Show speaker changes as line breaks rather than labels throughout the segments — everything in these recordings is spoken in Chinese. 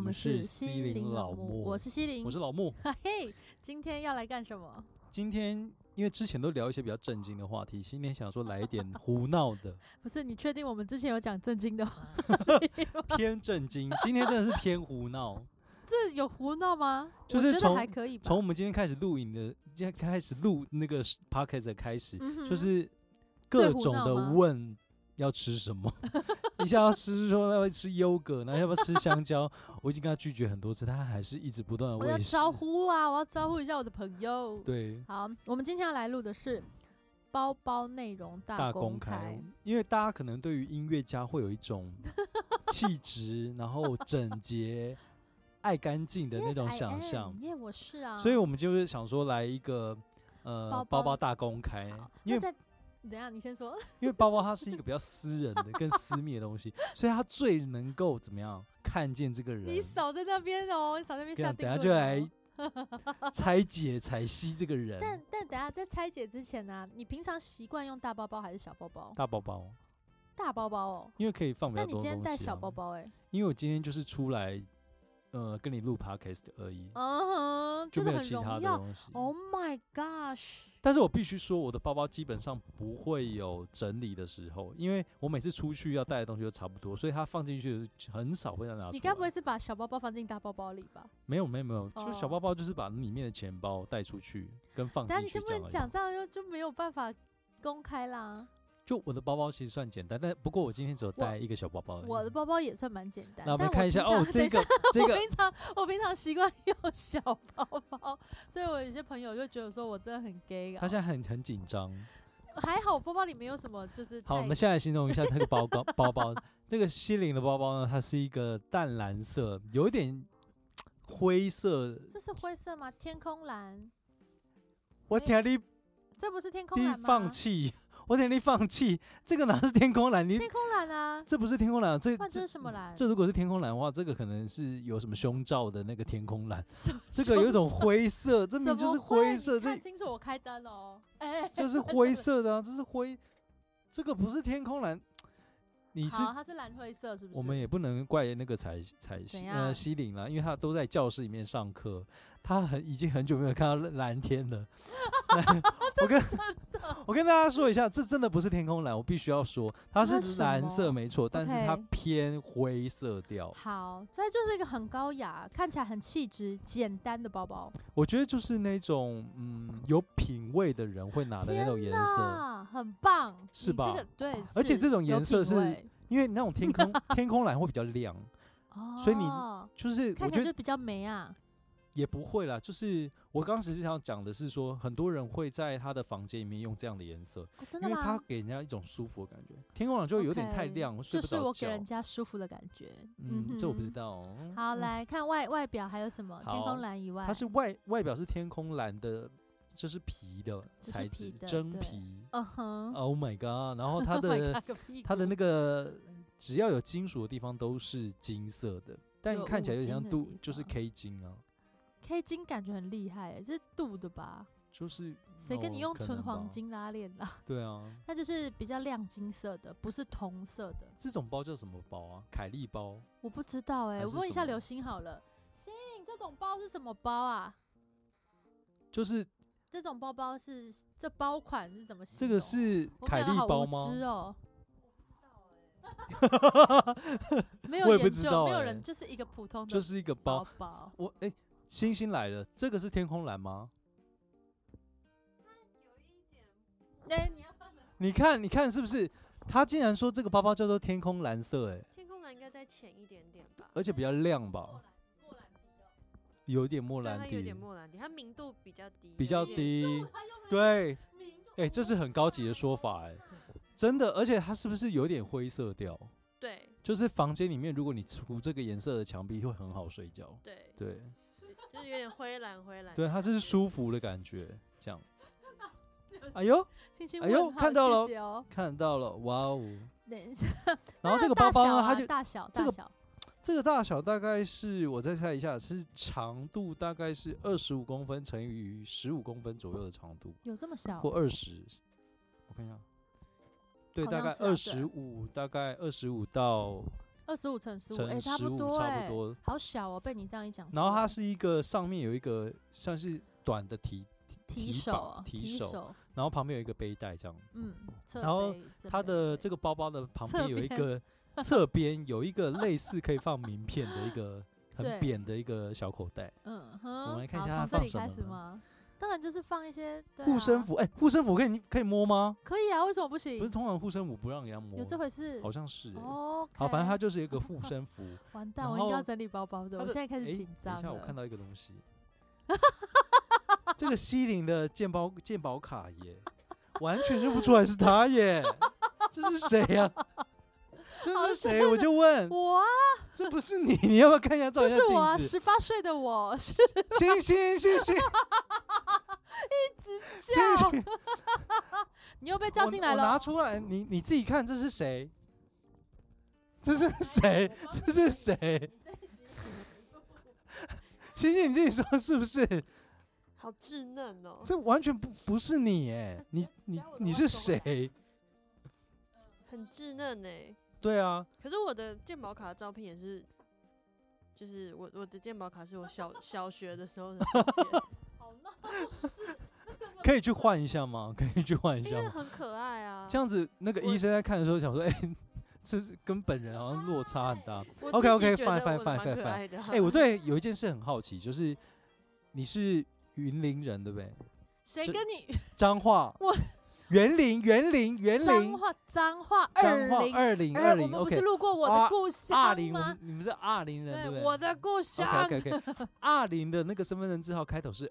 们是西林老木，
我是西林，
我是老木。
嘿 嘿，今天要来干什么？
今天因为之前都聊一些比较震惊的话题，今天想说来一点胡闹 的，
不是？你确定我们之前有讲正经的 话题吗？
偏震惊。今天真的是偏胡闹，
这有胡闹吗？
就是
我觉得
从
还可以吧。
从我们今天开始录影的，今天开始录那个 p o c k e t 开始，
嗯哼
就是各
胡
种
闹
的
吗
问要吃什 么，一下要吃说要不要吃优格，然后要不要吃香蕉，我已经跟他拒绝很多次，他还是一直不断的
我要
喂食。
招呼啊，我要招呼一下我的朋友。
对，
好，我们今天要来录的是包包内容
大
公
公开，因为大家可能对于音乐家会有一 种气质，然后整洁、爱干净的那种想象，
耶，我是啊。
所以我们就是想说来一个呃
包包
包大公开
好，
因
那
为
在等一下你先说，
因为包包它是一个比较私人的、更私密的东西，所以它最能够怎么样看见这个人。
你少在那边哦，你少在那边
这
下
样，
定
啊等
论
下
哦。
就来 拆解采析这个人。
但但等下在拆解之前呢、啊你平常习惯用大包包还是小包包？
大包包，
大包包哦。
因为可以放比
那
较
你
多
今
东西、啊。
天带小包包哎、
因为我今天就是出来，呃，跟你录 podcast 而已，
嗯哼，
就
真
没
的
有
很
其他
荣
的哦
耀。
东西。
Oh my gosh！
但是我必须说，我的包包基本上不会有整理的时候，因为我每次出去要带的东西都差不多，所以它放进去很少会再拿出来。
你该不会是把小包包放进大包包里吧？
没有没有没有，就是小
哦
包包就是把里面的钱包带出去跟放
等下
进
你
去
先不
这样
能
而已。啊
讲，这样又就没有办法公开啦。
就我的包包其实算简单，但不过我今天只有带一个小包包而已。
我的包包也算蛮简单，
哦那我们
但
看一下
平
哦
常 等
这
一下
个这
我
个
平常我平常习惯 用小包包，所以我有些朋友就觉得说我真的很 gay 啊
他现在很很紧张。
还好我包包里没有什么，就是
好，我
太
们现在形容一下这个包包包包。这个西林的包包呢，它是一个淡蓝色，有一点灰色。
这是灰色吗？天空蓝，
我天你
这不是天空
地
蓝吗？
放弃， 我天你放弃，这个哪是天空蓝？你
天空蓝啊，
这不是天空蓝，这
那这
这
是什么蓝？
这如果是天空蓝的话，这个可能是有什么胸罩的那个天空 蓝。
什么
这个有一种灰色，这
怎
明明就
么
是
会
灰色，
你
这
看清楚我开灯哦，哎，
这是灰色的啊，这是灰，这个不是天空蓝，你是
哎好，它是蓝灰色，是不是？
我们也不能怪那个彩彩
怎
西
样
呃西岭啦，因为他都在教室里面上课，他很已经很久没有看到蓝天 了。
哦
我跟我跟大家说一下，这真的不是天空蓝，我必须要说，它
那是
是
什
蓝色
么
没错，但是它
OK
偏灰色调。
好，所以就是一个很高雅，看起来很气质、简单的包包。
我觉得就是那种嗯有品味的人会拿的那种颜色，
啊，很棒，
是
你
吧
这个对，
而且
是
这种
有
颜色
品
是
味
因为那种天空天空蓝会比较亮，
哦，
所以你就是我
看起
觉得
来就比较美啊。
也不会啦，就是我刚时是想讲的是说，很多人会在他的房间里面用这样的颜色，
哦真
因
的
为它
吗？
给人家一种舒服的感觉。天空蓝就有点太
OK，
亮，我睡
就
不
是
着
我给
觉
人。家舒服的感觉。
嗯，这我不知
哼。
道哦。
好，
嗯，
来看外外表还有什么？天
好
空蓝以外，
它是外外表是天空蓝的，这是皮的
这是
材
皮
质，
的
真
对
皮。
嗯哼，
Oh my god！然后 它
Oh my
的
God，个屁
它的
股
那个只要有金属的地方都是金色的，但
有
看起来
五
有点
金
像
的
镀
地，
就是
方
K 金啊，
K 金感觉很厉害，欸这是镀的吧？
就是
谁跟你
哦
用
可
纯
能
黄
吧？
金拉链 啦？
对啊，
它就是比较亮金色的，不是铜色的。
这种包叫什么包啊？凯利包，
我不知道哎、
还
我
是
问一
什
下
么
刘星好了。星，这种包是什么包啊？
就是
这种包包是这包款是怎么形
这
容？
个
哦
是
我们
凯
两个
利
好
包
无
吗？
知 哦，
啊
没
我
有
也不
研
知
究，
道
没有
欸
人，就是一个普通 的
就是一个包。
包包。
我哎、星星来了，这个是天空蓝吗？
哎、你要放哪
你看，你看是不是？他竟然说这个包包叫做天空蓝色、哎，
天空蓝应该再浅一点点吧，
而且比较亮吧，
莫兰迪哦
有点莫
对
兰
它有
迪
点，莫兰迪，它明度比较低，
比较
有点。
低。
它用了
对，
名字
哎、这是很高级的说法、哎，真的，而且它是不是有点灰色调？
对
就是房间里面，如果你涂这个颜色的墙壁，会很好睡觉。
对，
对，
就是有点灰蓝灰
哎
蓝。
对，它就是舒服的感觉，这 样。哎呦，
星星
哎
问
呦
号
看到了
谢谢哦。
看到了，哇哦！
等一下，
然后这个 包
大
包
小
呢，它
啊
就
大小，
这
大
个
小
这个大小大概是我再猜一下，是长度大概是二十五公分乘以十五公分左右的长度，
有这么小
或？二十，我看一下，对，
好
大
像
概
是啊对
二十五，大概二十五到
二十五乘十五，
乘
哎，差不
15
多、
差
欸，
不多
好小哦，被你这样一讲出来。
然后它是一个上面有一个像是短的提，提
提手
膀
哦，
提
提
手，然后旁边有一个背带这样。
嗯，侧
然后
背这
它
边
的
对
这个包包的旁边
侧
有一
边
个 侧边有一个类似可以放名片的一 个
对
很扁的一个小口袋，
嗯哼，
们来看一
好
下它
从这
放
里
什
开
么
始
呢
吗？当然就是放一些对
护身
啊
符。哎，护身符可以可以摸吗？
可以啊，为什么不行？
不是，通常护身符不让人家摸，
有这回事
好像是欸。
哦，
好，反正它
他
就是一个护身符。
完蛋，
然
我应该要
后
整理包包的，
它
我
的
现在 开始
诶
紧
等
张
一下，我看
了。
到一个东 西，这个西林的鉴宝鉴宝卡耶，完全认不出来是他耶，这是谁 呀、这
好
是谁？我就问，
我啊，
这不是你， 你要不要看一下照
这
一下
是我啊，
镜子？
十八岁的我，是
星星星 星
直
星
叫
星，
你又被 叫
我
进来
我拿
了。
出来，你你自己看，这是谁？这是谁？这是谁？星星，你自己说是不是？
好稚嫩哦。
这完全不不是你哎，你你
我的
你
话
是
说回来
谁？
很稚嫩哎、
对啊，
可是我的鉴宝卡的照片也是，就是我我的鉴宝卡是我 小小学的时 候的照片，
好闹
可以去换一下吗？可以去换一
因
下
为
吗？
很可爱啊。
这样子，那个
我
医生在看的时候想说，哎、这是跟本人好像落差很大。
我
OK，OK，
自己觉得
fine，fine，
我蛮
fine，fine，
可
fine
爱的啊。
哎、 我对有一件事很好奇，就是你是云林人对不对？
谁
这
跟你
彰化，
我
园林，园林，园
脏
林，
话脏话
彰化
零
二零
二
二
哎我
零
们不是
，OK，
路过我
啊
的故
二
乡
零，我
吗
们？你们是二零人对不对？
我的故乡
OK OK OK，二零的那个身份证字号开头是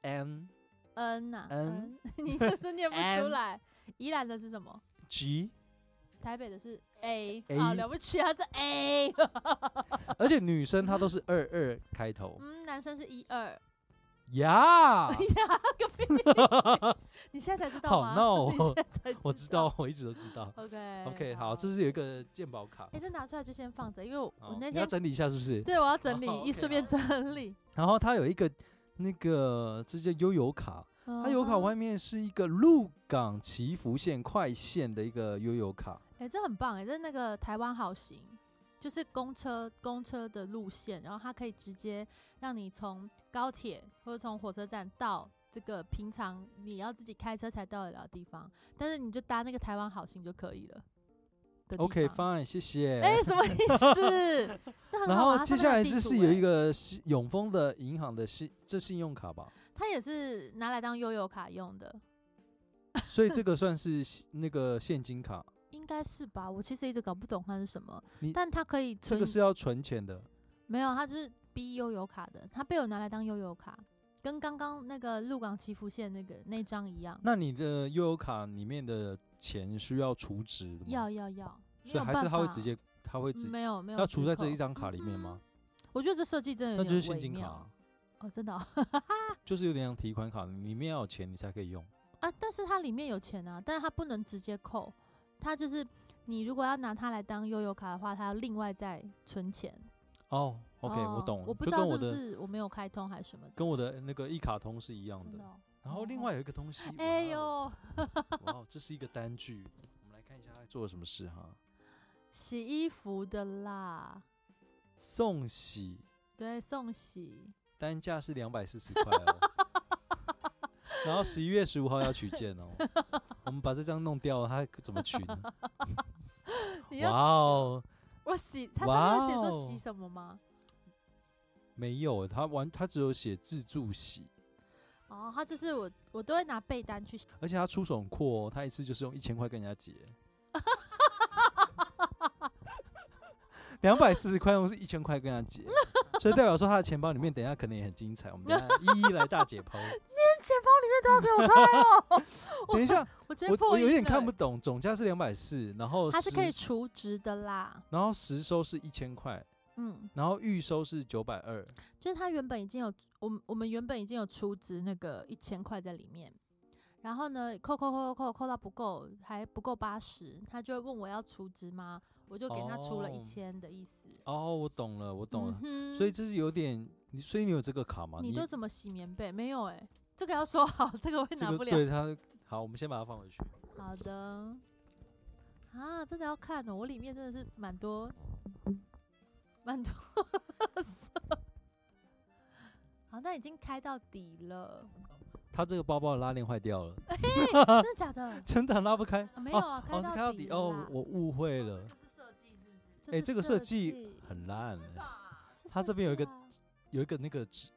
N
N 呐
嗯
N，你呃 是不是念不出
嗯
来？宜兰的是什么？
G，
台北的是 A，
哎 A
好了不起啊，这 A。
而且女生她都是二二开头
嗯，男生是一二。哎
呀。
呀，个屁！你现在才知道
好
吗？
闹
你
哦
现在才
我知道，。我一直都知 道。
OK。
OK，好，这是有一。个鉴宝卡
哎哎，。这拿出来就先放着，因为我
好
我那
你要
天
整理一下是不是？
对我要整理
哦，
一
OK，
顺便
好
整理。
然后它有一个那个这叫悠游卡，它
他
悠游卡外面是一个鹿港祈福线快线的一个悠游卡，
哎、这很棒哎、这那个台湾好行，就是公车公车的路线，然后它可以直接让你从高铁或者从火车站到这个平常你要自己开车才到得了的地方，但是你就搭那个台湾好行就可以了的地方。
OK fine，谢谢。
哎、什么意 思？那很
然
好
后
玩啊它
接
上面
下
有
来
地
这是
图
有
欸
一，个是永丰的银行的信，这信用卡吧，
它也是拿来当悠游卡用的，
所以这个算是信那个现金卡，
应该是吧？我其实一直搞不懂它是什么
你，
但它可以
这
存
个是要存钱的。
没有，它就是 B 悠游卡的，它被我拿来当悠游卡，跟刚刚那个鹿港祈福线那个那张一样。
那你的悠游卡里面的钱需要储值的吗？
要要要，没
所以
有
还是
办
他会
法
直接，他会直
没有没有
要储
折
在这
扣
一。张卡里面吗？
我觉得这设计真的
那
有
就是
点
现
微
金卡
妙
啊，
哦，真的哦、
就是有点像提款卡，里面要有钱你才可以用。
啊！但是它里面有钱啊，但是它不能直接扣，它就是你如果要拿它来当悠游卡的话，它要另外再存钱。
哦，OK，我
哦
懂了，
我不
就
知
跟
道
我
是不
的
是我没有开通还是什么的，
跟我的那个一卡通是一样
真
的
的。哦、
然后另
哦
外有一个东西，
哎
哇哦，
呦，
哇哦，这是一个单据，我们来看一下他做了什么事哈。
洗衣服的啦，
送喜
对，送洗。
单价是两百四十块哦， 然后十一月十五号要取件哦。我们把这张弄掉了，他怎么取呢？
你
哇
要
哦，
我洗，它上面有写
哇哦
说洗什么吗？
没有，他完他只有写自助洗，
哦，它就是我，我都会拿被单去洗。
而且他出手很阔哦，他一次就是用一千块跟人家结，两百四十块用是一千块跟人家结，所以代表说他的钱包里面等一下可能也很精彩，我们等一下一一来大解 剖。
钱包里面都要给我 开哦！我
等一下，
我直接
我
破
我有
音
点
了
看不
欸，
懂，总价是两百四，然后
它是可以
实
除值的啦。
然后实收是一千块，
嗯，
然后预收是九百二，
就是它原本已经有，我们我们原本已经有除值那个一千块在里面，然后呢，扣扣扣扣扣扣到不够，还不够八十，他就会问我要除值吗？我就给他除了
哦
一千的意思。
哦，我懂了，我懂了，
嗯哼
所以这是有点，你所以你有这个卡吗？
你都怎么洗棉被？没有哎、这个要说好，这个我也
这
拿
个
不了。
对他好，我们先把它放回去。
好的，啊，真的要看哦，我里面真的是蛮多蛮多好，那已经开到底了，
他这个包包的拉链坏掉了，
真的假的？
真的拉不开。
啊没有啊，
啊哦，是开到
底
底
了
哦
啦，
我误会了。
这
哎
是
这个设
设
计
计
很烂欸、
是
它
设
这边有一
计
个
啊
有一个那个止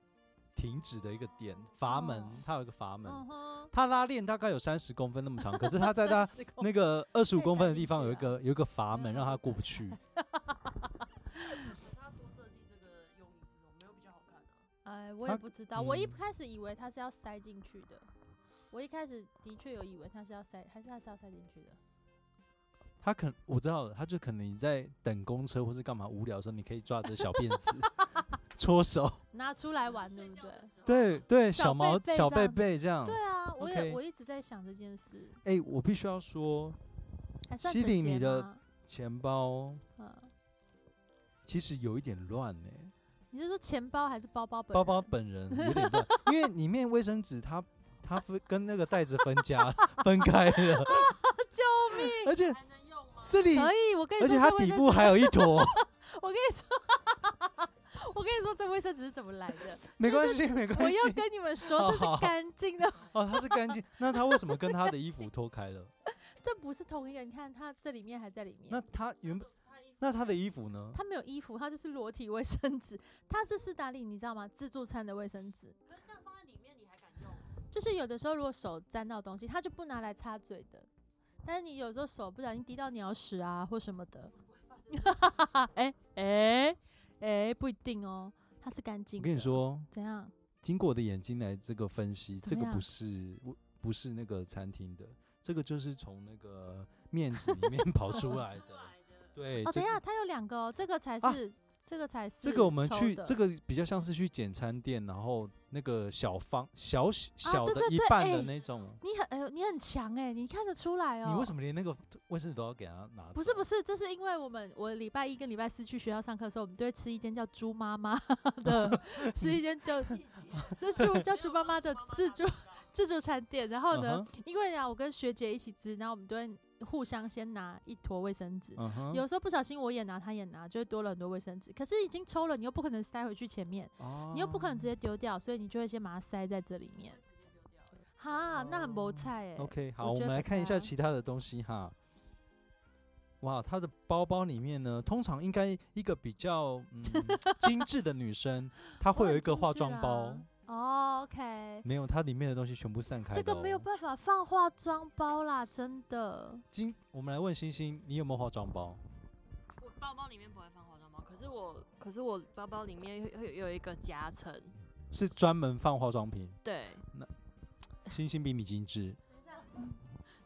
停止的一个点阀门
哦，
它有一个阀门，
嗯哼，
它拉链大概有三十公分那么 长，可是它在它
30公
那个二十五
可以
公分
塞
的
进
地方
去
有一
啊
个有一个阀门，
嗯
让它过不去。
哎，我
它
也不知道，我一
嗯
开始以为它是要塞进去的，我一开始的确有以为它是要塞，还是它是要塞进去的。
它可我知道了，它就可能你在等公车或是干嘛无聊的时候，你可以抓着小辫子 搓手，
拿出来玩，对不对？
对对，
小
小毛
贝贝
小
这
贝
样子
贝这样。
对啊，我也
OK
我一直在想这件事，
哎、我必须要说，
还算
西
整
里
洁
你的
吗
钱包
嗯，
其实有一点乱欸呢、
你是说钱包还是包包本人？哦
包包本人有点 乱，因为里面卫生纸它它分跟那个袋子分家分开了，
救 命！
而且这里，
可以，我跟你
而
说，
且它
这卫
底
生
部
纸
还有一坨，
我跟你说，我跟你说，这卫生纸是怎么来的？
没
就
关
是
系没
我
关系
要，跟你们说，这
哦好好
是干净的，
哦，它是干净，那它为什么跟它的衣服脱开 了？
这不是同一个。你看，它这里面还在里面。
那它原本，那它的衣服呢？
它没有衣服，它就是裸体卫生纸。它是斯达利，你知道吗？自助餐的卫生纸。就是有的时候如果手沾到东西，它就不拿来擦嘴的。但是你有时候手不小心滴到鸟屎啊或什么的， 哎哎哎，不一定哦，它是干净。
我跟你，说，
怎样？
经过我的眼睛来这个分析，
怎
这
么
个
样
不是我不是那个餐厅的，这个就是从那个面纸里面跑出来 的。对，
哦，
哎这
等一
个
下，它有两个哦，这个才
啊
是，这个才是嗯抽的。
这个我们去，这个比较像是去简餐店，然后那个小方小小
对
的
对
一
对
半的
哎
那种。
你很哎呦，你很强哎，你看得出来哦。
你为什么连那个卫生纸都要给他拿？
不是不，是，这是因为我们我礼拜一跟礼拜四去学校上课的时候，我们都会吃一间叫猪妈 妈的，
哦
吃一间叫 就是猪叫猪妈妈的自助 自助餐店。然后呢
嗯
因为啊，我跟学姐一起吃，然后我们都会互相先拿一坨卫生纸。
嗯哼，
有时候不小心我也拿，她也拿，就会多了很多卫生纸。可是已经抽了，你又不可能塞回去前面，
哦
你又不可能直接丢掉，所以你就会先把它塞在这里面。哈，那很不
哦
菜哎、
OK，好，
我
我
觉
们
得
来
不
看一
搭
下其他的东西哈。哇，她的包包里面呢，通常应该一个比较 嗯精致的女生，她
我
会有
很
一个
精
化
致
妆
啊
包，
哦，OK，
没有，它里面的哦东西全部散开、
这个没有。办法放化妆包啦，真的。
今我们来问星星，你有没有化妆包？
我包包里面不会放化妆包，可是我可是我包包里面会会有一个夹层，
是专门放化妆品。
对，
星星比你精致，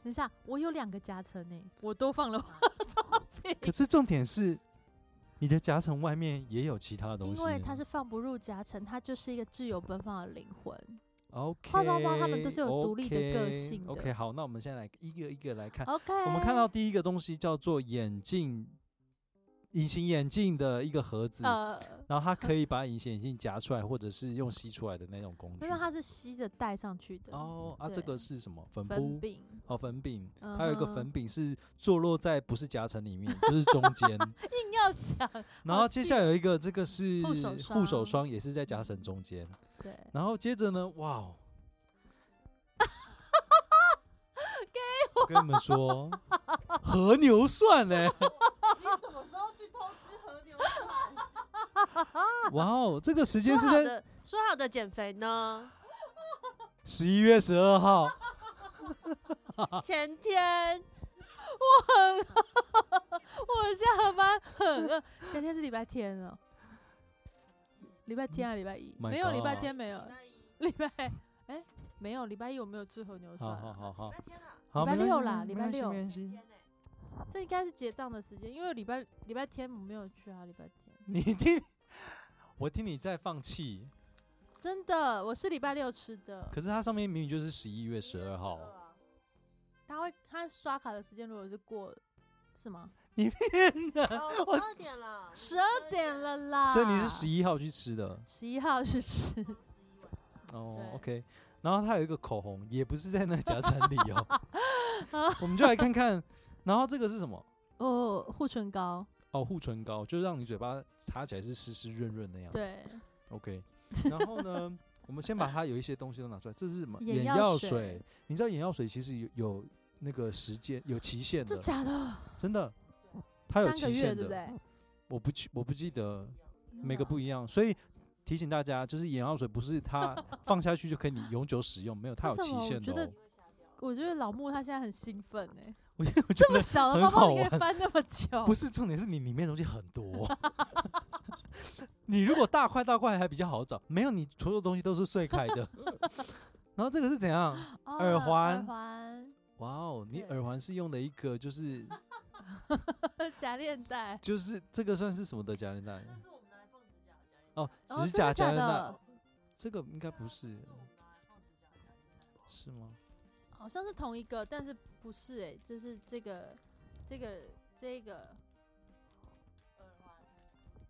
等一下，我有两个夹层呢，我都放了化妆品，
可是重点是，你的夹层外面也有其他的东西
因
呢。
为它是放不入夹层，它就是一个自由奔放的灵魂。
OK，
化妆包它们都是有独立的个
OK，
性的
OK，好，那我们现在来一个一个来看。
OK，
我们看到第一个东西叫做眼镜，隐形眼镜的一个盒子，
呃，
然后它可以把隐形眼镜夹出来，或者是用吸出来的那种工具
因为。它是吸着戴上去的
哦，啊，这
对
个是什么？粉
粉
扑？
饼，
哦，粉饼，它有一个粉
嗯哼
饼是坐落在不是夹层里面，就是中间。
硬要 讲
然
好
后接下来有一个，这个是
哦护手
护手
霜
霜，也是在夹层中间。
对，
然后接着呢，哇 哦我跟你们说，和牛蒜欸 呢、
你什么时候去偷吃和牛串？
哇哦，这个时间
说
是在
好的说好的减肥呢？
十一月十二 号，啊
前天
我下班很饿，今天是礼拜天了，礼拜天啊，礼拜一
My
没有礼拜
God
天没有，礼拜 哎、没有礼拜一我没有吃和牛
好
涮、
好
啊，
好好，
天啊，
好，
礼拜
没关
六
系
啦
没
礼拜
关系
六
没关系，
呢？
这应该是结账的时间，因为礼拜礼拜天我没有去啊，礼拜天
你听，我听你在放弃，
真的我是礼拜六吃的，
可是它上面明明就是十一月十二号，
啊他会他刷卡的时间如果是过是吗？
哦
十二点了，
十二点了啦，
所以你是十一号去吃的
十一号是吃
哦
对
，OK。然后它有一个口红，也不是在那个夹层里 哦，我们就来看看，然后这个是什么？
哦护唇膏，
哦，护唇膏就是让你嘴巴擦起来是湿湿润润那样。
对，
OK，然后呢，我们先把它有一些东西都拿出来，这是什么？
眼
眼
药
药
水
水。你知道眼药水其实有有那个时间有期限
这
的，
假的，
真 的，它有
三个
期
月
限
对不
的。
对？
我不记我不记得每个不
一
一样，所以提醒大家，就是眼药水不是 它放下去就可以你永久使用，没有它有
为什
期
么我
限
觉
的、
得
哦。
我觉得老穆他现在很兴奋哎、
我觉得我觉
这么
得
小的
很
包包
好
你可以
玩
翻那么久，
不是重点，是你里面东西很多。 你如果大块大块还比较好找，没有你所有东西都是碎开的。然后这个是怎样？
哦
耳环
耳环、
哇哦，你
对
耳环是用的一个，就是，
假链带
就是这个算是什么的夹链带？
那是我们拿来放指甲的夹链
哦，
哦
指
真
甲
的
夹
假
链带
的，，
这个应该不是，
我们拿来放指甲的夹链袋
是吗？
好像是同一个，但是不是哎、这是这个这个这个
耳环，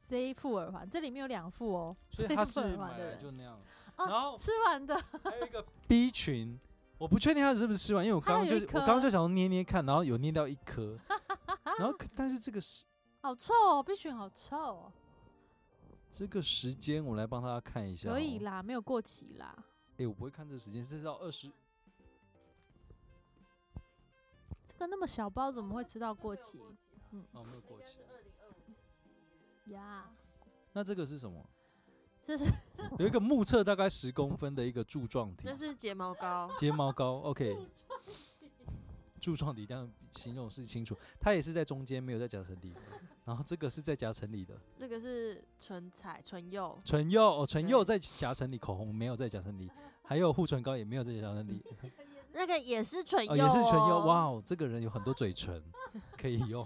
这一副耳环，这里面有两副哦，
所以
这一
它
副
是
耳
买
环的
来就
人
那样。
啊
然后
哦
吃完的，
还有一个 B 群，我不确定它是不是吃完，因为我
它
刚刚
有
就
一
我刚刚就
颗
想要捏捏看，然后有捏到一 颗，然后可但是这个时
好臭哦，必选好臭哦，
这个时间我来帮大家看一
啊
下、
可以。啦，没有过期啦，
哎、我不会看这个时间，这是到二十，
这个那么小包怎么会吃到过期
哦，没有过期。
呀？
那这个是什么？
这是
有一个目测大概十公分的一个柱状体，
那，是睫毛膏
睫毛膏。OK，柱状体这样形容是清楚，它也是在中间，没有在夹层里。然后这个是在夹层里的，
那个是唇彩、唇釉，
唇釉哦，唇釉在
对
夹层里，口红没有在夹层 里，还有护唇膏也没有在夹层里，
哎
那个也是唇
啊，也是唇釉。哇哦，这个人有很多 嘴唇可以用。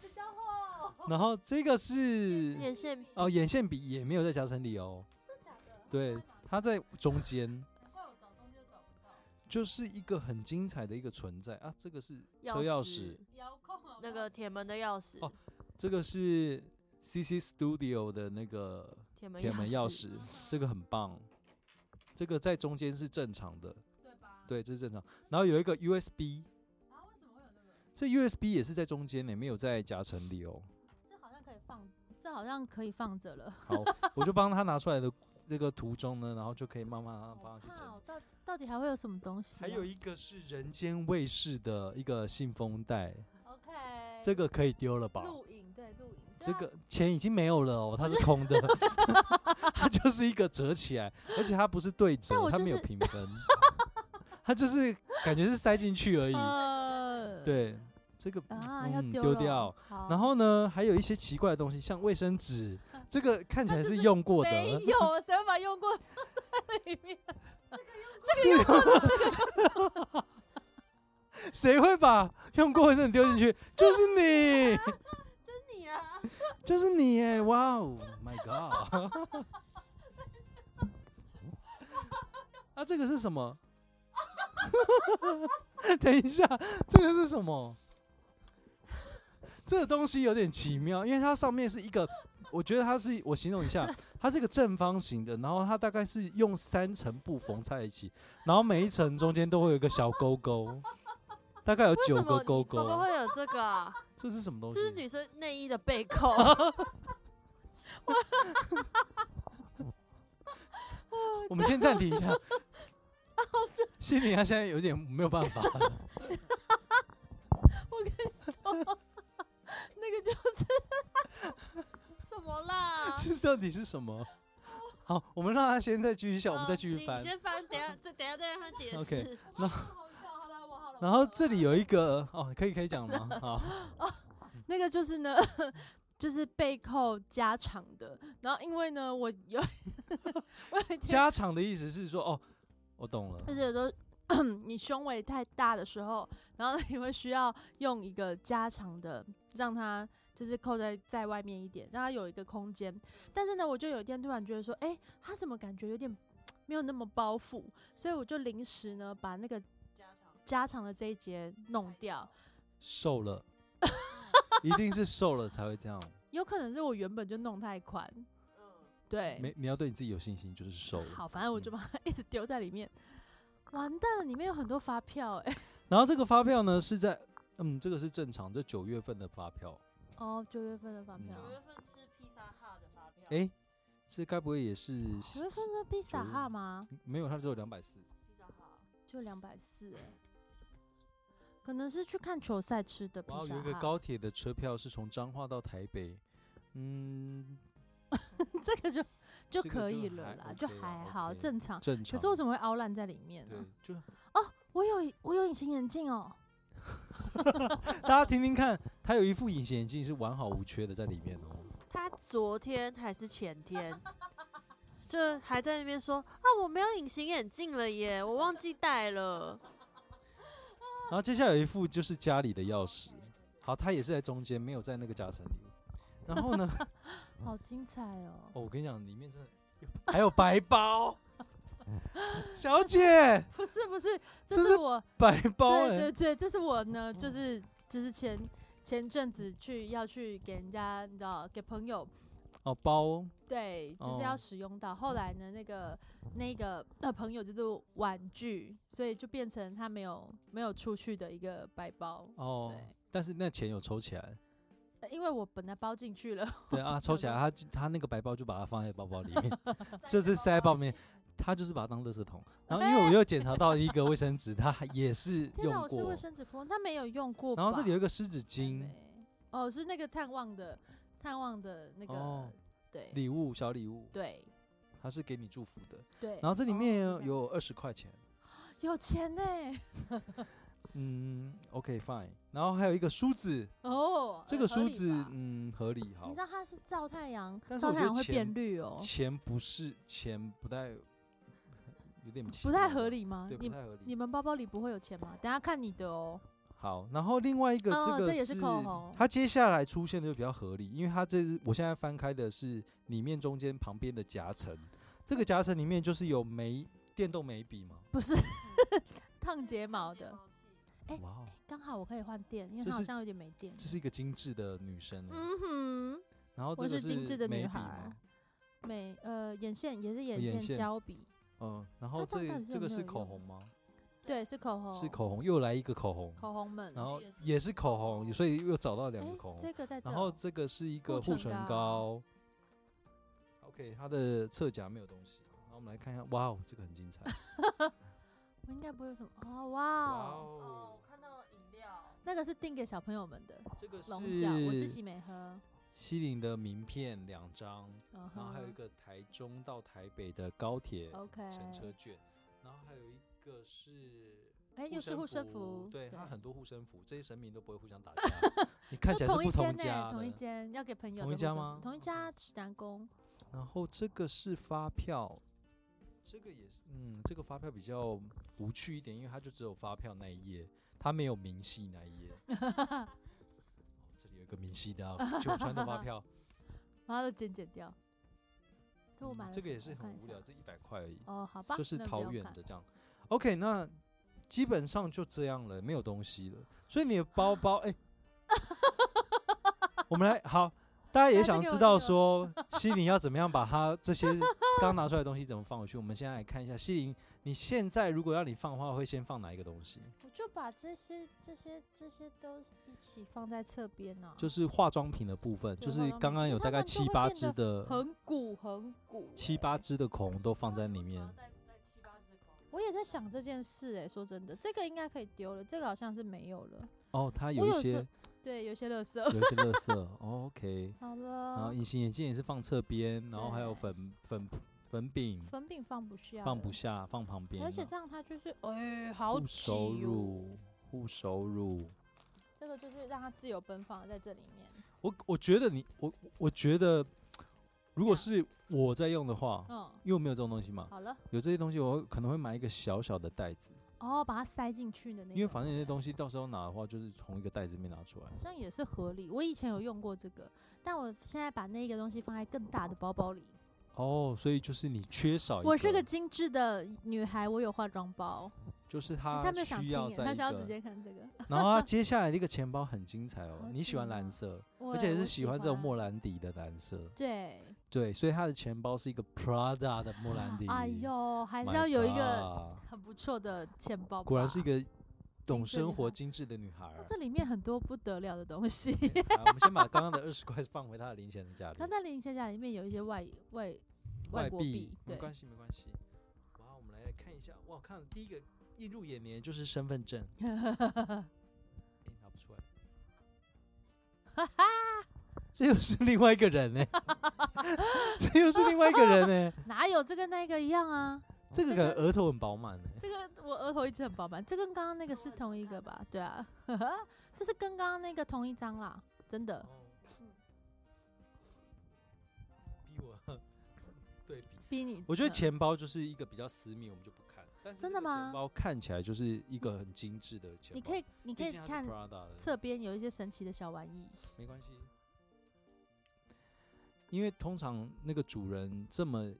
比较厚，
然后这个是
眼线
哦，眼线笔也没有在夹层里哦，
真假的？
对，它在中间，
难怪我找中间找不到，
就是一个很精彩的一个存在啊。这个是车
钥
钥匙
匙，，
遥控啊
那个铁门的钥匙
哦，这个是 CC Studio 的那个
铁门
铁门钥匙
嗯，
这个很棒。这个在中间是正常的，
对吧？
对，这是正常。然后有一个 USB，
啊，为什么会有这个？
这 USB 也是在中间呢，没有在夹层里哦。
这好像可以放，这好像可以放着了。
好，我就帮他拿出来的那个途中呢，然后就可以慢慢地帮他去整
好哦
理。
到到底还会有什么东西啊、
还有一个是人间卫视的一个信封袋，
OK，
这个可以丢了吧？
录影对录影，对
这
啊
个钱已经没有了哦，它是空的， 它就是一个折起来，而且它不是对折
但，我
它
就
没有
是
平分，它就是感觉是塞进去而已。
呃
对，这个
啊要
嗯
丢
丢
了
掉。，
好
然后呢，还有一些奇怪的东西，像卫生纸，这个看起
嗯它
来
就是是
用过的，
没有谁会把用过 放在里面？
这个 谁会把用过卫生纸丢进去？就是你，
你啊，
就是你耶！哇哦，My God！啊，这个是什么？ 等一下，这个是什么？这个东西有点奇妙，因为它上面是一个，我觉得它是我形容一下，它是一个正方形的，然后它大概是用三层布缝在一起，然后每一层中间都会有一个小勾勾，大概有
为
九
什
个
么
勾
你宝宝
勾。
会有这个啊？
这是什么东西？
这是女生内衣的背 扣，
我们先暂停一下。
哦
心里他现在有点没有办 法，
我跟你说，那个就是
怎么啦？
这到底是什么？
哦
好，我们让他先再继续 笑，我们再
哦
继续
你
翻。
先翻，等下再等下再让他解释。
OK
好笑，好了，我好了。
然后这里有一个哦，可以可以讲 吗？好，
那个就是呢， 就是被扣加长的。然后因为呢，我有 我有一天
家长的意思是说，哦，我懂了，
就是有时候 你胸围太大的时候，然后你会需要用一个加长的，让它就是扣在在外面一点，让它有一个空间。但是呢，我就有一天突然觉得说，哎、它怎么感觉有点没有那么包覆？所以我就临时呢把那个加长的这一节弄掉。
瘦 了，一定是瘦了才会这样。
有可能是我原本就弄太宽，对，
没，嗯你要对你自己有信心，就是瘦了。
好，反正我就把它 一直丢在里面。完蛋了，里面有很多发票哎、
然后这个发票呢是在，嗯，这个是正常，这九月份的发票，
哦，九月份的发票，
嗯
九月份吃披萨哈的发票，
哎、这该不会也是
九月份哦是披萨
九月
哈吗？
没有？它只有两百四。
披萨哈，
就两百四哎，可能是去看球赛吃的披
然后
萨
哦有一个
哈。
高铁的车票是从彰化到台北，嗯，
这 个就
这
就
个
可
就
以
还
了啦，就
OK 啦
还好
OK
正常。
正常。
啊可是我怎么会凹烂在里面
对
呢？，
就
我有我有隐形眼镜哦，
大家听听看，它有一副隐形眼镜是完好无缺的在里面哦。
他昨天还是前天，就还在那边说啊，我没有隐形眼镜了耶，我忘记带了。
然后接下来有一副就是家里的钥匙，好，它也是在中间，没有在那个夹层里。然后呢，
好精彩哦！
哦，我跟你讲，里面真的有还有白包，小姐，
不是不是，
这
这是
是哦
我
白包
对
哎、
对对，这是我呢，就是就是前前阵子去要去给人家，你知道，给朋友
哦包，
对，就是要
哦
使用到。后来呢，那个那个呃朋友就是婉拒，所以就变成他没有没有出去的一个白包。
哦
对，
但是那钱有抽起来，
呃因为我本来包进去了，
对啊，抽起来
有
他就他那个白包就把它放在包包里 面，就是塞爆面，他就是把它当垃圾桶。然后因为我又检查到一个卫生纸，它还也是
啊 天哪，
用
我是
过
卫，生纸服，他没有用过吧。
然后这里有一个湿纸
还
巾
没哦，是那个探望的探望的那个、
哦
对
礼物小礼物，
对
它是给你祝福的。
对，
然后这里
哦
面
明白
有二十块钱，
有钱呢、
嗯，OK fine。然后还有一个梳子，
哦，
这
呃
个
合
梳
理
子
吧
嗯合理好
你知，道它是照太阳，
但是
照
我
太
觉得
阳会
钱
变绿哦，
钱不是钱不太 有点奇
不太
妙
合，理吗
对，？不
你
太合理。
你们包包里不会有钱吗？等下看你的哦。
好，然后另外一个
哦
这个
这也是口红
它接下来出现的就比较合理，因为它这是我现在翻开的是里面中间旁边的夹层，这个夹层里面就是有眉电动眉笔嘛，
不是烫睫毛的，，哎
哇哦，
刚好我可以换电，因为
这
它好
是
像有点没电。
这是一个精致的女生欸，
嗯
然后
我
这个
是精致的女
眉笔
孩
嘛，
哼，美呃眼线也是眼
眼
线
线
胶笔，
嗯，然后
它这样到
这
底是
这
有
个
没
是
有
口
用
红吗？
对，是口红，
是口红，又来一个口红，
口红们。
然后
也是
也是口红，所以又找到两个
哎
口红，
这个在这
然
哦，
后这个是一个
护
护
唇
唇
膏
膏。OK，它的侧夹没有东西。然后我们来看一下，哇哦，这个很精彩。
我应该不会有什么哦，哇哦，
哦，我看到饮料，
那个是订给小朋友们的
这个
龙角，我自己
是
没喝。嗯
西岭的名片两张，
然
然后还有一个台中到台北的高铁
OK，
乘车券，然后还有一个是
哎，又是护身符，
对，它很多护身符，这些神明都不会互相打 架，你看
都
起来是
同一
不同
间呢，
家
同一
的。
间要给朋友
同一
的护
家
身符
吗
同一家指南宫，
然后这个是发票，这个也是，嗯，这个发票比较无趣一点，因为它就只有发票那一页，它没有明细那 一页。哦这里有一个明细的啊九川的发 票，
然后就剪剪掉。这我
嗯
买了
这个
什
也
么
是
我
很
看一
无
下
聊，这一百块而已，
哦，好吧，
就是
那不要
桃园
看
的这样。OK，那基本上就这样了，没有东西了。所以你的包包， 哎，我们来好。大家也
大家
想
给
知
我
道
这个
说西林要怎么样把它这些刚拿出来的东西怎么放回去？我们现在来看一下西林，你现在如果要你放的话，会先放哪一个东西？
我就把这些、这些、这些都一起放在侧边啊呢、
就是化妆品的部分，就
对化
是
妆
刚
品
刚
因为
有
它
大概
们就
七
会
八
变
支
得
的
很鼓很鼓、欸
七八支的口红都放在里面。
带带七八支口红，
我也在想这件事哎、说真的，这个应该可以丢了，这个好像是没有了。
哦，它有
我
一
有时
些
候对，有些垃圾。
有一些垃圾。哦 OK，然后
好了，
隐形眼镜也是放侧边，然后还有
对
粉粉粉饼
粉饼放不下，
放不。下，放旁边啊了。
而且这样它就是，哎、好
护
挤
手
哦。
乳，护手乳。
这个就是让它自由奔放在这里面。
我我觉得你，我我觉得，如果
这
是我在用的话，
嗯，
因为我没有这种东西嘛，
好了，
有这些东西，我可能会买一个小小的袋子，
哦，把它塞进去的那种。
因为反正这些东西到时候拿的话，就是从一个袋子里面拿出来
好。像也是合理。我以前有用过这个，但我现在把那个东西放在更大的包包里。
哦，所以就是你缺哦少一个，
我是个精致的女孩，我有化妆包。
就是
欸
他
他没有想
需
听
要
欸，
在
他
一
想要
个
直接看 这个。
然后他接下来的一个钱包很精彩哦
好，
你喜欢
紧
蓝
哦
色，
我
而且
我
是
喜
喜欢这种
欢
莫兰迪的蓝色，
对，
对，所以他的钱包是一个 Prada 的莫兰迪。
哎呦，还是
My
要有一个
God，
很不错的钱包吧。
果然是一个懂
精致的
生
地
活、
方
精致的女孩儿。
这里面很多不得了的东西。
好，我们先把刚刚的二十块放回他的零钱的价里
那。在零钱夹里面有一些外外
外
国
币
币，
没
对，
关系，没关系。哇，我们来看一下，哇，看第一个映入眼帘就是身份证，哎，拿不出来， 这又是另外一个人呢、这又是另外一个人呢、
哪有这跟那个一样啊？
这个
这
感
个
觉额头很饱满呢、
这个我额头一直很饱满，这跟刚刚那个是同一个吧？对啊， 这是跟刚刚那个同一张啦，真的
哦
嗯
逼我 对比。
逼你。
我觉得
嗯
钱包就是一个比较私密，我们就不看。但是
真
这
的
个钱
吗
包看起来就是一个很精致的钱包。
你可以你
哦毕
可以
竟它是
看
Prada 的，
侧边有一些神奇的小玩意，
没关系。因为通常那个主人这么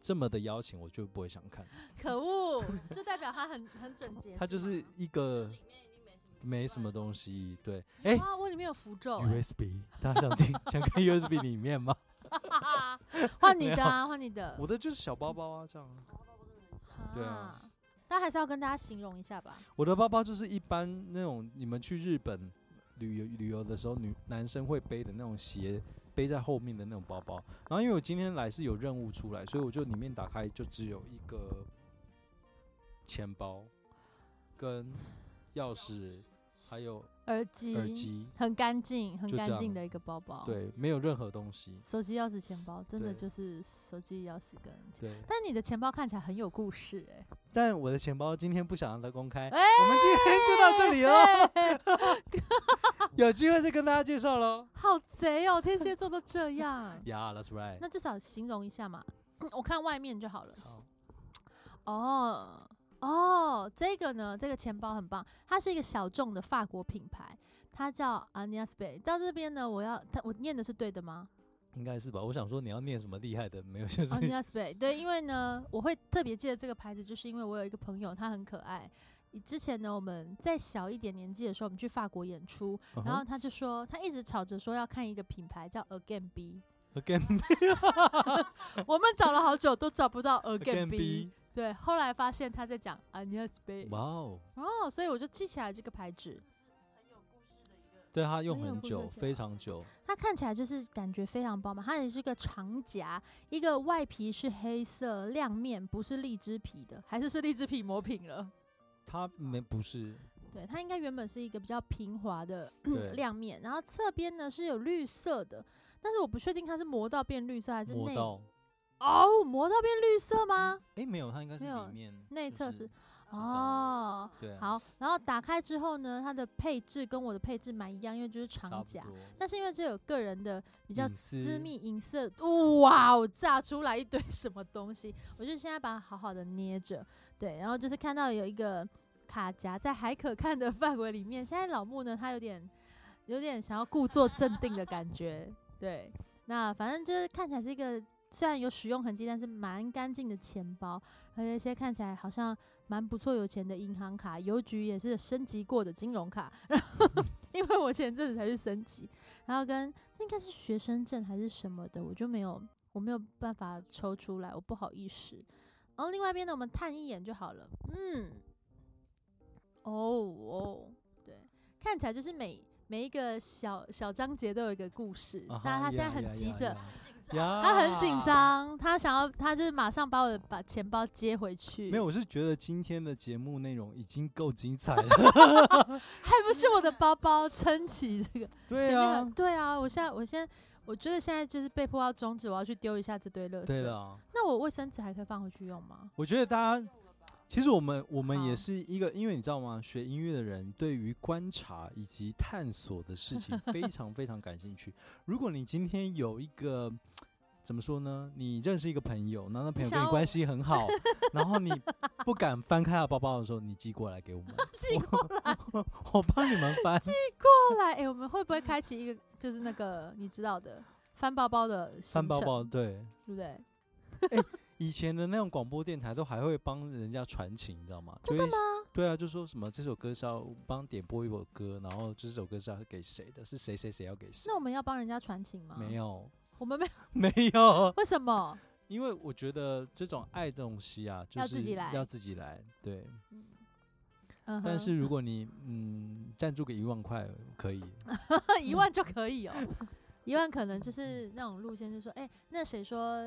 这么的邀请，我就不会想看。
可恶，就代表它很很整洁。
它就是
吗
一个
里面一定没什么，
没什么东西，对。哎、
有啊，我里面有符咒、欸，
USB，大家想 听想看 USB 里面吗？
换你的啊，换你的。
我的就是小包包啊，这样啊。对啊
啊，但还是要跟大家形容一下吧。
我的包包就是一般那种你们去日本旅游旅游的时候，女男生会背的那种鞋，背在后面的那种包包。然后因为我今天来是有任务出来，所以我就里面打开就只有一个钱包、跟钥匙，还有
耳机，
耳机，
很干净，很
就这
干净
样
的一个包包。，
对，没有任何东西。
手机、钥匙、钱包，真的
对
就是手机、钥匙跟钱。
对，
但你的钱包看起来很有故事哎、
但我的钱包今天不想让它公开，
哎
我们今天就到这里喽，
嘿
有机会再跟大家介绍喽。
好贼哦，天蝎座都这 样。
Yeah，that's right。
那至少形容一下嘛， 我看外面就好了。
好，
哦哦，这个呢，这个钱包很棒，它是一个小众的法国品牌，它叫 a n i a s b a y 到这边呢，我要它我念的是对的吗
应该是吧？我想说你要念什么厉害的，没有就
a
是
n i a s b a y 对，因为呢，我会特别记得这个牌子，就是因为我有一个朋友，他很可爱。之前呢，我们在小一点年纪的时候，我们去法国演出，
嗯哼
然后他就说，他一直吵着说要看一个品牌叫 Again B，
Again
我们找了好久都找不到
Again
Again B，
B，
对，后来发现他在讲 a n i a s b a y
哇哦，
哦，所以我就记起来这个牌子，
对他用
很有
很
故
久，
事
非常久，
它看起来就是感觉非常饱满，它也是个长夹，一个外皮是黑色亮面，不是荔枝皮的，还是是荔枝皮磨平了。
他没不是，
对，它应该原本是一个比较平滑的
对
亮面，然后侧边呢是有绿色的，但是我不确定它是磨到变绿色还是
磨
内
到，
哦，磨到变绿色吗？
哎没有，他应该是
没有
里面
内
就
侧
是
是，
嗯
哦，
对，啊
好，然后打开之后呢，它的配置跟我的配置蛮一样，因为就是
差
长
不
夹，
多，
但是因为这有个人的比较
隐私
私密隐私的，哇，我炸出来一堆 什么东西，我就现在把它好好的捏着，对，然后就是看到有一个卡夹在还可看的范围里面，现在老木呢，他有点有点想要故作镇定的感觉，对，那反正就是看起来是一个虽然有使用痕迹，但是蛮干净的钱包，还有一些看起来好像蛮不错有钱的银行卡，邮局也是升级过的金融卡， 然后因为我前阵子才去升级，然后跟这应该是学生证还是什么的，我就没有我没有办法抽出来，我不好意思。然后另外一边呢，我们看一眼就好了。嗯，哦哦，对，看起来就是每每一个小小章节都有一个故事，
啊哈
但他现在
呀呀
很急
呀
着。
呀
哦
啊
呀，
他很紧
呀，
张，他想要，他就是马上把我的把钱包接回去。
没有，，我是觉得今天的节目内容已经够精彩 了，
还不是我的包包撑起这个。
对
前面
啊
很，对啊，我现在，我现在，我觉得现在就是被迫要终止，我要去丢一下这堆垃圾。
对，了，
那我卫生纸还可以放回去用吗？
我觉得大家。其实我们我们也
好
是一个，因为你知道吗？学音乐的人对于观察以及探索的事 情非常非常感兴趣。如果你今天有一个怎么说呢？你认识一个朋友，然后那朋友
想
跟你
要
关
我
系很好，然后你不敢翻开他的包包的时候，你寄过来给我们，
寄过来，
我我帮你们翻。
后来，哎、我们会不会开启一个，就是那个你知道的翻包包的行
翻包
程
包，对，
对不对？
以前的那种广播电台都还会帮人家传情，你知道吗？
真的
就会
吗？
对啊，就说什么这首歌是要帮点播一首歌，然后这首歌是要给谁的，是谁谁谁要给谁
那。我们要帮人家传情吗？
没，有，
我们没有，
没有，
为什么？
因为我觉得这种爱的东西啊，就
要
是
自己来
要自己来。对，
嗯嗯
但
哼
是如果你嗯赞助个一万块可以，嗯
一万就可以哦，一万可能就是那种路线，就是说，哎、那谁说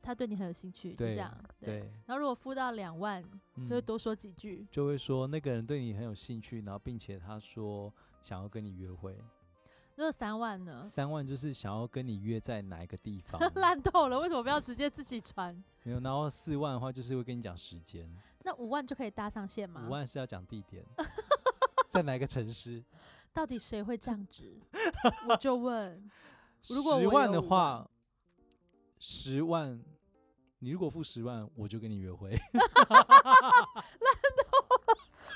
他对你很有兴趣，就
对
这样。对。
对，
然后如果付到两万，就会
嗯
多说几句。
就会说那个人对你很有兴趣，然后并且他说想要跟你约会，
如果三万呢？，
三万就是想要跟你约在哪一个地方
烂透了，为什么不要直接自己传？
没有，然后四万的话就是会跟你讲时间，
那五万就可以搭上线吗？
五万是要讲地点，在哪一个城市。
到底谁会这样 子？我就问，如果我
十万的
有五
话，十万，你如果付十万，我就跟你约会。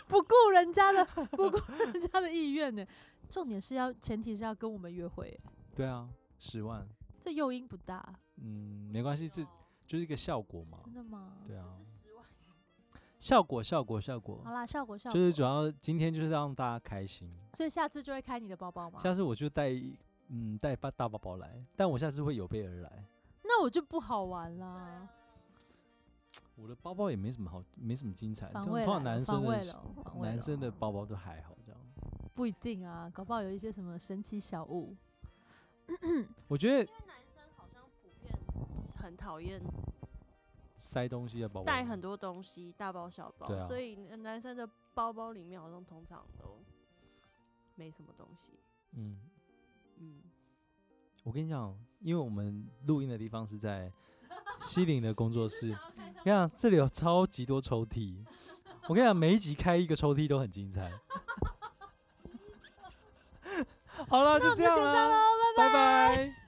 不顾人家的，不顾人家的意愿呢？重点是要，前提是要跟我们约会，
对啊，十万，
这诱因不大，
嗯，没关系，这就是一个效果嘛。
哦真的吗？
对啊，
是十万，
效果，效果，效果
好，啦，效果效果，
就是主要今天就是让大家开心。
所以下次就会开你的包包吗？
下次我就带一嗯带大大包包来，但我下次会有备而来。
那我就不好玩
嗯啊
啦，
我的包包也没什么好，没什么精彩。这
防
样
卫
通常
啦
男
防
生
卫
的
了，防卫
男
了哦
生的包包都还好这样。
不一定啊，搞不好有一些什么神奇小物。
我觉得
因为男生好像普遍很讨厌
塞东西的包包
带很多东西，大包小包，
对啊
所以男生的包包里面好像通常都没什么东西。
嗯，
嗯，
我跟你讲，因为我们录音的地方是在西岭的工作室，
要开箱
我跟你讲，这里有超级多抽屉。我跟你讲，每一集开一个抽屉都很精 彩。好了，
那我
就
们
这
就
样
先这样
啦，
喽，拜
拜
拜。
拜